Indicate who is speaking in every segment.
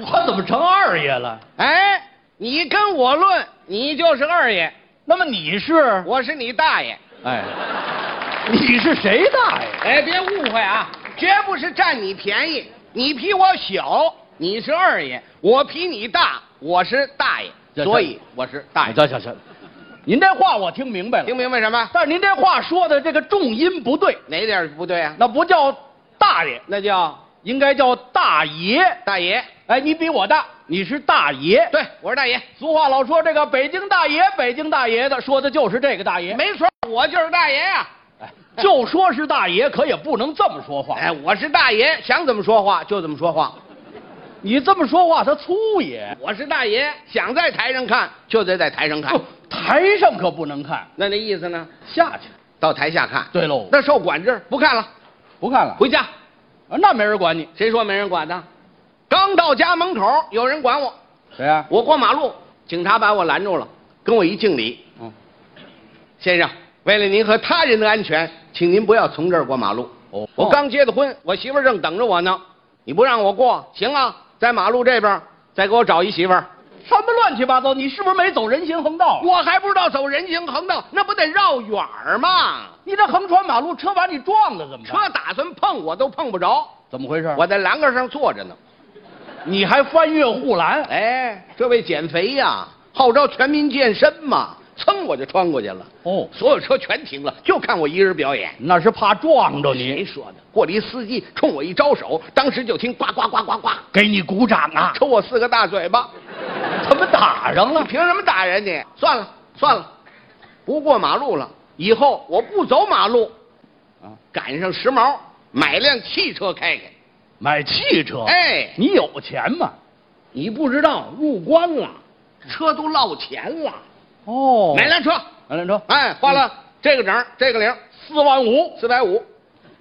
Speaker 1: 我怎么成二爷了？
Speaker 2: 哎，你跟我论，你就是二爷，
Speaker 1: 那么你是？
Speaker 2: 我是你大爷。
Speaker 1: 哎，你是谁大爷？
Speaker 2: 哎，别误会啊，绝不是占你便宜。你比我小，你是二爷；我比你大，我是大
Speaker 1: 这
Speaker 2: 爷，所以我是大爷。
Speaker 1: 行行行，您这话我听明白了
Speaker 2: 听，明白什么？
Speaker 1: 但是您这话说的这个重音不对，
Speaker 2: 哪点儿不对啊？
Speaker 1: 那不叫大爷，
Speaker 2: 那叫
Speaker 1: 应该叫大爷。
Speaker 2: 大爷。
Speaker 1: 哎，你比我大，你是大爷。
Speaker 2: 对，我是大爷，
Speaker 1: 俗话老说这个北京大爷，北京大爷的，说的就是这个大爷。
Speaker 2: 没错，我就是大爷啊呀、
Speaker 1: 哎就说是大爷，可也不能这么说话。
Speaker 2: 哎，我是大爷，想怎么说话就怎么说话。
Speaker 1: 你这么说话，他粗野。
Speaker 2: 我是大爷，想在台上看就得在台上看。
Speaker 1: 哦台上可不能看，
Speaker 2: 那那意思呢？
Speaker 1: 下去。
Speaker 2: 到台下看。
Speaker 1: 对喽
Speaker 2: 那受管制，不看了，
Speaker 1: 不看了，
Speaker 2: 回家。
Speaker 1: 啊那没人管你。
Speaker 2: 谁说没人管的？刚到家门口，有人管我。
Speaker 1: 谁呀、
Speaker 2: 我过马路，警察把我拦住了，跟我一敬礼。
Speaker 1: 嗯，
Speaker 2: 先生，为了您和他人的安全，请您不要从这儿过马路。
Speaker 1: 哦
Speaker 2: 我刚结的婚，我媳妇儿正等着我呢，你不让我过，行啊，在马路这边儿再给我找一媳妇儿。
Speaker 1: 什么乱七八糟？你是不是没走人行横道？啊
Speaker 2: 我还不知道走人行横道，那不得绕远儿吗？
Speaker 1: 你这横穿马路，车把你撞了怎么
Speaker 2: 车
Speaker 1: 办？
Speaker 2: 打算碰我都碰不着，
Speaker 1: 怎么回事？
Speaker 2: 我在栏杆上坐着呢。
Speaker 1: 你还翻越护 栏？
Speaker 2: 哎，这为减肥呀、号召全民健身嘛，噌我就穿过去了，
Speaker 1: 哦，
Speaker 2: 所有车全停了，就看我一人表演。
Speaker 1: 那是怕撞着
Speaker 2: 谁
Speaker 1: 你，
Speaker 2: 说的？过来一司机冲我一招手，当时就听呱呱呱呱呱，
Speaker 1: 给你鼓掌 啊！
Speaker 2: 抽我四个大嘴巴。
Speaker 1: 怎么打上
Speaker 2: 你
Speaker 1: 了？
Speaker 2: 凭什么打人你？算了算了，不过马路了，以后我不走马路。
Speaker 1: 啊
Speaker 2: 赶上时髦，买辆汽车开开。
Speaker 1: 买汽车？
Speaker 2: 哎，
Speaker 1: 你有钱吗？
Speaker 2: 你不知道入关了，车都落钱了。
Speaker 1: 哦
Speaker 2: 买辆车，
Speaker 1: 买辆车，
Speaker 2: 哎，花了这个整这个零，
Speaker 1: 四万五，
Speaker 2: 四百五，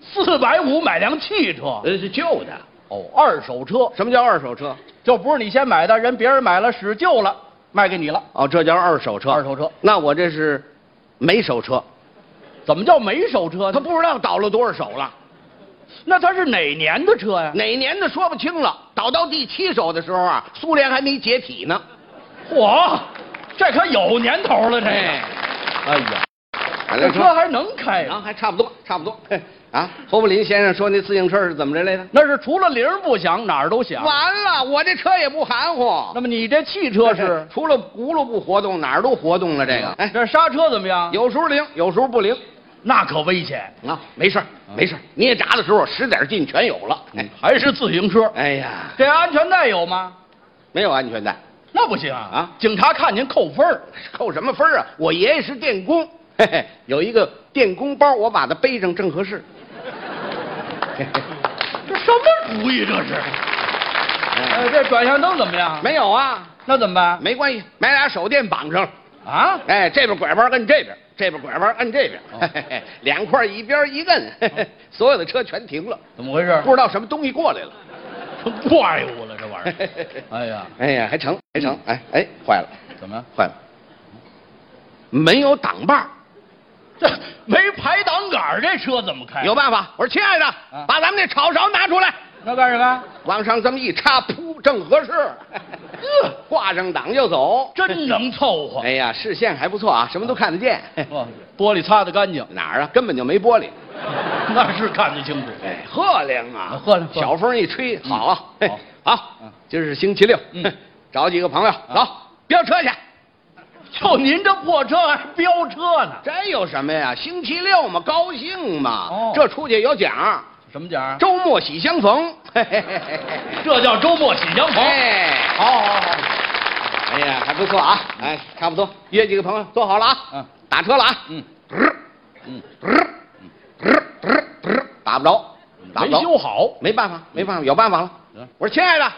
Speaker 1: 四百五买辆汽车。
Speaker 2: 呃，是旧的。
Speaker 1: 哦，二手车
Speaker 2: 什么叫二手车？
Speaker 1: 就不是你先买的，人别人买了使旧了，卖给你了。
Speaker 2: 哦，这叫二手车。
Speaker 1: 二手车
Speaker 2: 那我这是没手车，
Speaker 1: 怎么叫没手车呢？
Speaker 2: 他不知道倒了多少手了，
Speaker 1: 那他是哪年的车呀？
Speaker 2: 哪年的说不清了。倒到第七手的时候啊，苏联还没解体呢。
Speaker 1: 嚯，这可有年头了，这
Speaker 2: 哎
Speaker 1: 个。哎呀，
Speaker 2: 买
Speaker 1: 这
Speaker 2: 辆
Speaker 1: 车
Speaker 2: 车，
Speaker 1: 还能开
Speaker 2: 然后
Speaker 1: 啊？
Speaker 2: 还差不多，差不多。嘿啊，侯宝林先生说那自行车是怎么着来的？
Speaker 1: 那是除了铃儿不响，哪儿都响。
Speaker 2: 完了，我这车也不含糊？
Speaker 1: 那。么你这汽车是
Speaker 2: 除了轱辘不活动，哪儿都活动了。这个，哎，
Speaker 1: 这刹车怎么样？，
Speaker 2: 有时候灵，有时候不灵。
Speaker 1: 那可危险。
Speaker 2: 啊，没事儿，没事儿。捏闸的时候使点劲，全有了。哎，
Speaker 1: 还是自行车？
Speaker 2: 哎呀，
Speaker 1: 这安全带有吗？
Speaker 2: 没有安全带，
Speaker 1: 那不行啊！
Speaker 2: 啊
Speaker 1: 警察看见扣分儿。
Speaker 2: 扣什么分儿啊？我爷爷是电工，嘿嘿，有一个电工包，我把它背上正合适。
Speaker 1: 这什么主意这是？
Speaker 2: 哎
Speaker 1: 呃，这转向灯怎么样？，
Speaker 2: 没有啊，
Speaker 1: 那怎么办？
Speaker 2: 没关系，买俩手电绑上。
Speaker 1: 啊？
Speaker 2: 哎，这边拐弯摁这边，这边拐弯摁这边，
Speaker 1: 哦
Speaker 2: 嘿嘿嘿，两块一边一摁，嘿嘿所有的车全停了，
Speaker 1: 怎么回事
Speaker 2: 不？知道什么东西过来了。
Speaker 1: 成怪物了这玩意
Speaker 2: 嘿嘿
Speaker 1: 儿。
Speaker 2: 嘿
Speaker 1: 哎呀，
Speaker 2: 哎呀，还成还成，哎哎，坏了
Speaker 1: 怎么？
Speaker 2: 坏了，没有挡把儿。
Speaker 1: 这没排挡杆儿，这车怎么开？啊
Speaker 2: 有办法。我说亲爱的，把咱们那炒勺拿出来，
Speaker 1: 那干什么？
Speaker 2: 往上这么一插，噗，正合 适。挂上档就走。
Speaker 1: 真能凑合。
Speaker 2: 哎呀，视线还不错啊，什么都看得见。
Speaker 1: 哦， 玻璃擦得干净，
Speaker 2: 哪儿啊？根本就没玻璃。
Speaker 1: 那是看得清楚。
Speaker 2: 哎，赫亮啊
Speaker 1: 啊，赫亮赫亮
Speaker 2: 小风一吹，好啊，嘿
Speaker 1: 嗯好
Speaker 2: 好
Speaker 1: 嗯。
Speaker 2: 今儿是星期六
Speaker 1: 嗯，啊
Speaker 2: 哼找几个朋友走飙车去。
Speaker 1: 就您这破车还飙车呢？
Speaker 2: 这有什么呀？星期六嘛，高兴嘛
Speaker 1: 哦。
Speaker 2: 这出去有奖，
Speaker 1: 什么奖？
Speaker 2: 周末喜相逢。嘿嘿嘿嘿嘿
Speaker 1: 这叫周末喜相逢。
Speaker 2: 哎。
Speaker 1: 好好好，
Speaker 2: 哎呀，还不错啊！哎，差不多，约几个朋友，坐好了啊，
Speaker 1: 嗯，
Speaker 2: 打车了啊，
Speaker 1: 嗯，嗯，
Speaker 2: 打不着，打不
Speaker 1: 没嗯
Speaker 2: 着，
Speaker 1: 修好。
Speaker 2: 没办法，没办法，有办法了
Speaker 1: 行。
Speaker 2: 我说亲爱的，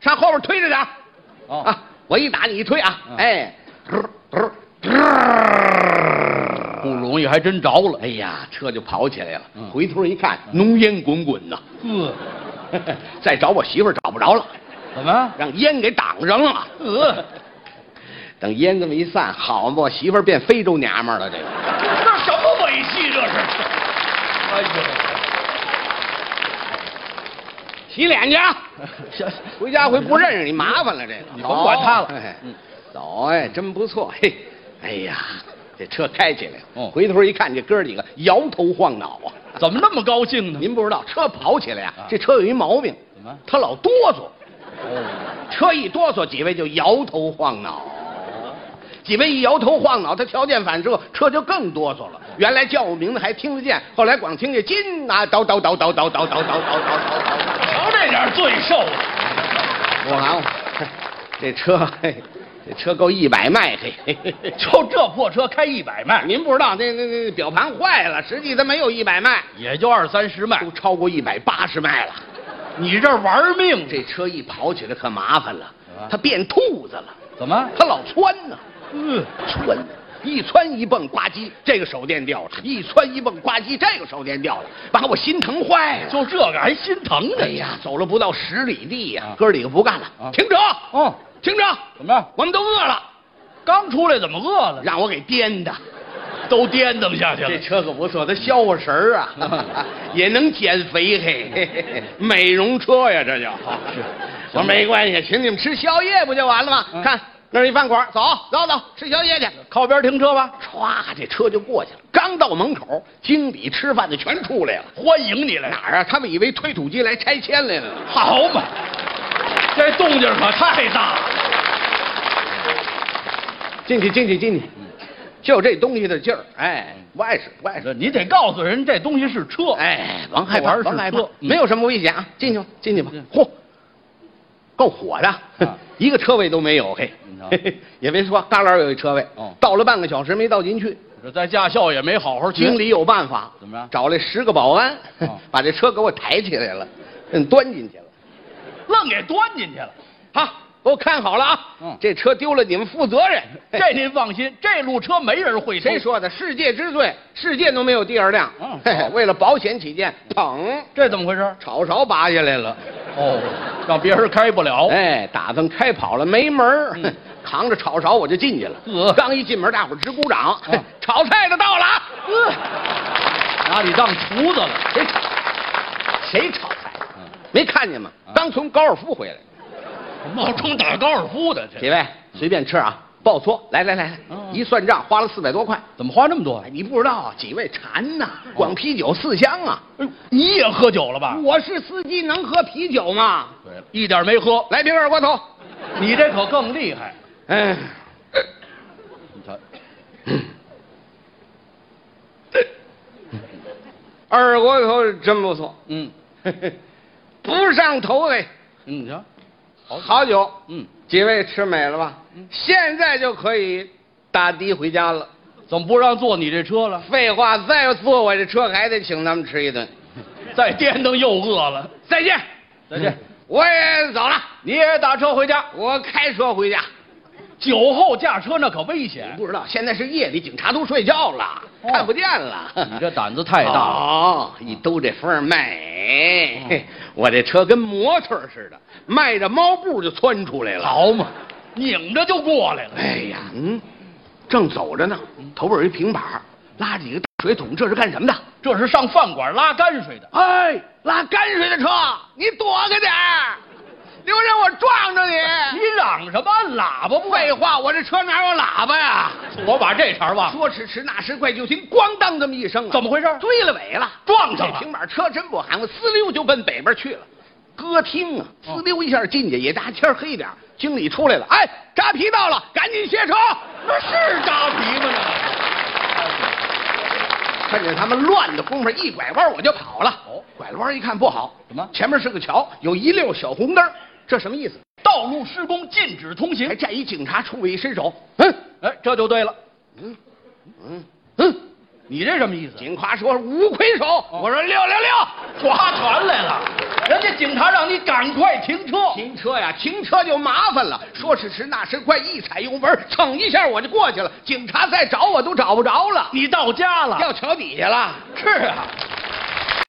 Speaker 2: 上后边推着点儿
Speaker 1: 哦，
Speaker 2: 啊，我一打你一推啊，
Speaker 1: 嗯
Speaker 2: 哎，
Speaker 1: 不容易，还真着了。
Speaker 2: 哎呀，车就跑起来了
Speaker 1: 嗯。
Speaker 2: 回头一看，浓烟滚滚呐，
Speaker 1: 呵，
Speaker 2: 再找我媳妇儿找不着了，
Speaker 1: 怎么？
Speaker 2: 让烟给挡上了。
Speaker 1: 呃，
Speaker 2: 等烟这么一散，好嘛，我媳妇儿变非洲娘们儿了，这个。
Speaker 1: 这什么伪戏？这是？哎呀，
Speaker 2: 洗脸去 啊！
Speaker 1: 行，
Speaker 2: 回家回不认识你，麻烦了这个。
Speaker 1: 你甭管他了
Speaker 2: 走哎
Speaker 1: 嗯
Speaker 2: 走哎，真不错嘿！哎呀，这车开起来了，
Speaker 1: 哦
Speaker 2: 回头一看，这哥儿几个摇头晃脑啊。
Speaker 1: 怎么那么高兴呢？
Speaker 2: 您不知道，车跑起来呀、
Speaker 1: 啊
Speaker 2: 这车有一毛病，
Speaker 1: 怎么
Speaker 2: 它老哆嗦。
Speaker 1: 哦，
Speaker 2: 车一哆嗦，几位就摇头晃脑。
Speaker 1: 啊
Speaker 2: 几位一摇头晃脑，他条件反射，车就更哆嗦了。原来叫我名字还听得见，后来光听见金啊，叨叨叨叨叨叨叨叨叨叨叨叨。
Speaker 1: 瞧这点罪受的，
Speaker 2: 我啊，这车，嘿这车够一百迈，嘿嘿嘿嘿。
Speaker 1: 就这破车开一百迈，
Speaker 2: 您不知道，那那那表盘坏了，实际它没有一百迈，
Speaker 1: 也就二三十迈
Speaker 2: 都，超过一百八十迈了。
Speaker 1: 你这玩命
Speaker 2: 这车一跑起来可麻烦了
Speaker 1: 啊，
Speaker 2: 它变兔子了，
Speaker 1: 怎么？
Speaker 2: 它老窜呢。
Speaker 1: 嗯，
Speaker 2: 窜，一窜一蹦呱唧，这个手电掉了；一窜一蹦呱唧，这个手电掉了，把我心疼坏了。
Speaker 1: 嗯就这个还心疼呢
Speaker 2: 哎。呀，走了不到十里地呀、
Speaker 1: 啊
Speaker 2: 哥儿几个不干了，
Speaker 1: 啊
Speaker 2: 停车，
Speaker 1: 哦，
Speaker 2: 停车，
Speaker 1: 怎么样？
Speaker 2: 我们都饿了，
Speaker 1: 刚出来怎么饿了？
Speaker 2: 让我给颠的。
Speaker 1: 都颠腾下去
Speaker 2: 这
Speaker 1: 了。
Speaker 2: 车可不错，它消我神儿啊
Speaker 1: 嗯，
Speaker 2: 也能减肥嘿嘿嘿，嘿美容车呀，这就。
Speaker 1: 是
Speaker 2: 我说没关系，请你们吃宵夜不就完了吗？
Speaker 1: 嗯
Speaker 2: 看那儿一饭馆，走走走，吃宵夜去。
Speaker 1: 靠边停车吧，
Speaker 2: 歘，这车就过去了。刚到门口，经理吃饭的全出来了。
Speaker 1: 欢迎你来。
Speaker 2: 哪儿啊？他们以为推土机来拆迁来了呢。
Speaker 1: 好嘛，这动静可太大了。
Speaker 2: 进去，进去，进去。嗯就这东西的劲儿，哎，不碍事，不碍事。
Speaker 1: 你得告诉人这东西是车。
Speaker 2: 哎，甭害怕，
Speaker 1: 玩儿是
Speaker 2: 甭害怕
Speaker 1: 车，嗯
Speaker 2: 没有什么危险啊。进去吧，进去吧
Speaker 1: 嗯。
Speaker 2: 嚯，够火的
Speaker 1: 啊，
Speaker 2: 一个车位都没有，嘿
Speaker 1: 你瞧，
Speaker 2: 嘿嘿 也别说，旮旯有一车位
Speaker 1: 哦，
Speaker 2: 到了半个小时没到进去。
Speaker 1: 这在驾校也没好好学
Speaker 2: 经理有办法，
Speaker 1: 怎么着
Speaker 2: 找来十个保安
Speaker 1: 哦，
Speaker 2: 把这车给我抬起来了，嗯端进去了。
Speaker 1: 愣给端进去了。
Speaker 2: 好，给我看好了啊！
Speaker 1: 嗯
Speaker 2: 这车丢了你们负责任。
Speaker 1: 这您放心，这路车没人会
Speaker 2: 哎谁
Speaker 1: 推？
Speaker 2: 说的？世界之最，世界都没有第二辆。
Speaker 1: 嗯
Speaker 2: 嘿嘿
Speaker 1: 好
Speaker 2: 为了保险起见，捧
Speaker 1: 这怎么回事？
Speaker 2: 炒勺拔下来了。
Speaker 1: 哦，让别人开不了。
Speaker 2: 哎，打算开跑了，没门儿、
Speaker 1: 嗯
Speaker 2: 扛着炒勺我就进去了。
Speaker 1: 呵
Speaker 2: 刚一进门，大伙儿直鼓掌。
Speaker 1: 嗯
Speaker 2: 炒菜的到了啊！
Speaker 1: 呃拿你当厨子了。
Speaker 2: 谁炒？谁炒菜？哎
Speaker 1: 嗯
Speaker 2: 没看见吗
Speaker 1: 啊？
Speaker 2: 刚从高尔夫回来。
Speaker 1: 冒充打高尔夫的
Speaker 2: 几
Speaker 1: 这，
Speaker 2: 位随便吃啊，报错。来来来
Speaker 1: 嗯，
Speaker 2: 一算账花了四百多块。
Speaker 1: 怎么花这么多
Speaker 2: 哎，？你不知道啊，几位馋呐，光啤酒四箱啊。
Speaker 1: 哎呦，你也喝酒了吧？
Speaker 2: 我是司机，能喝啤酒吗？
Speaker 1: 对了，一点没 喝。
Speaker 2: 来瓶二锅头。
Speaker 1: 你这可更厉害。
Speaker 2: 哎，
Speaker 1: 你瞧，
Speaker 2: 二锅头是真不错，
Speaker 1: 嗯
Speaker 2: 嘿嘿不上头嘞。
Speaker 1: 嗯，你瞧，
Speaker 2: 好酒，
Speaker 1: 嗯，
Speaker 2: 几位吃美了吧？现在就可以打的回家了。
Speaker 1: 怎么不让坐你这车了？
Speaker 2: 废话，再坐我这车还得请他们吃一顿。
Speaker 1: 再颠腾又饿了。
Speaker 2: 再见，
Speaker 1: 再见，
Speaker 2: 嗯
Speaker 1: 嗯
Speaker 2: 我也走了，
Speaker 1: 你也打车回家。
Speaker 2: 我开车回家。
Speaker 1: 酒后驾车那可危
Speaker 2: 你
Speaker 1: 险。
Speaker 2: 不知道，现在是夜里，警察都睡觉了，
Speaker 1: 哦
Speaker 2: 看不见了。
Speaker 1: 你这胆子太大了哦
Speaker 2: 哦，一兜这风儿美，嘿我这车跟模特儿似的，迈着猫步就窜出来了。
Speaker 1: 好嘛，拧着就过来了。
Speaker 2: 哎呀，嗯，正走着呢，
Speaker 1: 嗯
Speaker 2: 头边有一平板儿，拉着几个大水桶，这是干什么的？
Speaker 1: 这是上饭馆拉泔水的。
Speaker 2: 哎，拉泔水的车，你躲开点儿，留神我撞着
Speaker 1: 你
Speaker 2: 你。
Speaker 1: 嚷什么？按喇叭不
Speaker 2: 废话，我这车哪有喇叭呀？
Speaker 1: 我把这茬儿忘了。
Speaker 2: 说时迟，那时快，就听咣当这么一声啊！
Speaker 1: 怎么回事？
Speaker 2: 追了尾了，
Speaker 1: 撞上了
Speaker 2: 这平板车真不含糊，呲溜就奔北边去了。歌厅啊，
Speaker 1: 哦
Speaker 2: 呲溜一下进去，也大天黑点儿经理出来了，哎，扎皮到了，赶紧卸车。
Speaker 1: 那是扎皮吗？那
Speaker 2: 趁着他们乱的功夫，一拐弯我就跑了。
Speaker 1: 哦
Speaker 2: 拐了弯一看不好，
Speaker 1: 怎么
Speaker 2: 前面是个桥，有一溜小红灯儿，这什么意思？
Speaker 1: 道路施工禁止通
Speaker 2: 哎，
Speaker 1: 行。
Speaker 2: 这一警察冲我一伸手，嗯
Speaker 1: 哎，这就对了。
Speaker 2: 嗯嗯嗯，
Speaker 1: 你这什么意思？
Speaker 2: 警察说五魁首，
Speaker 1: 哦
Speaker 2: 我说六六六。
Speaker 1: 划船来了，人家警察让你赶快停车。
Speaker 2: 停车呀，停车就麻烦了。说时迟，那时快，一踩油门，蹭一下我就过去了。警察再找我都找不着了，
Speaker 1: 你到家了？
Speaker 2: 掉桥底下了。
Speaker 1: 是啊，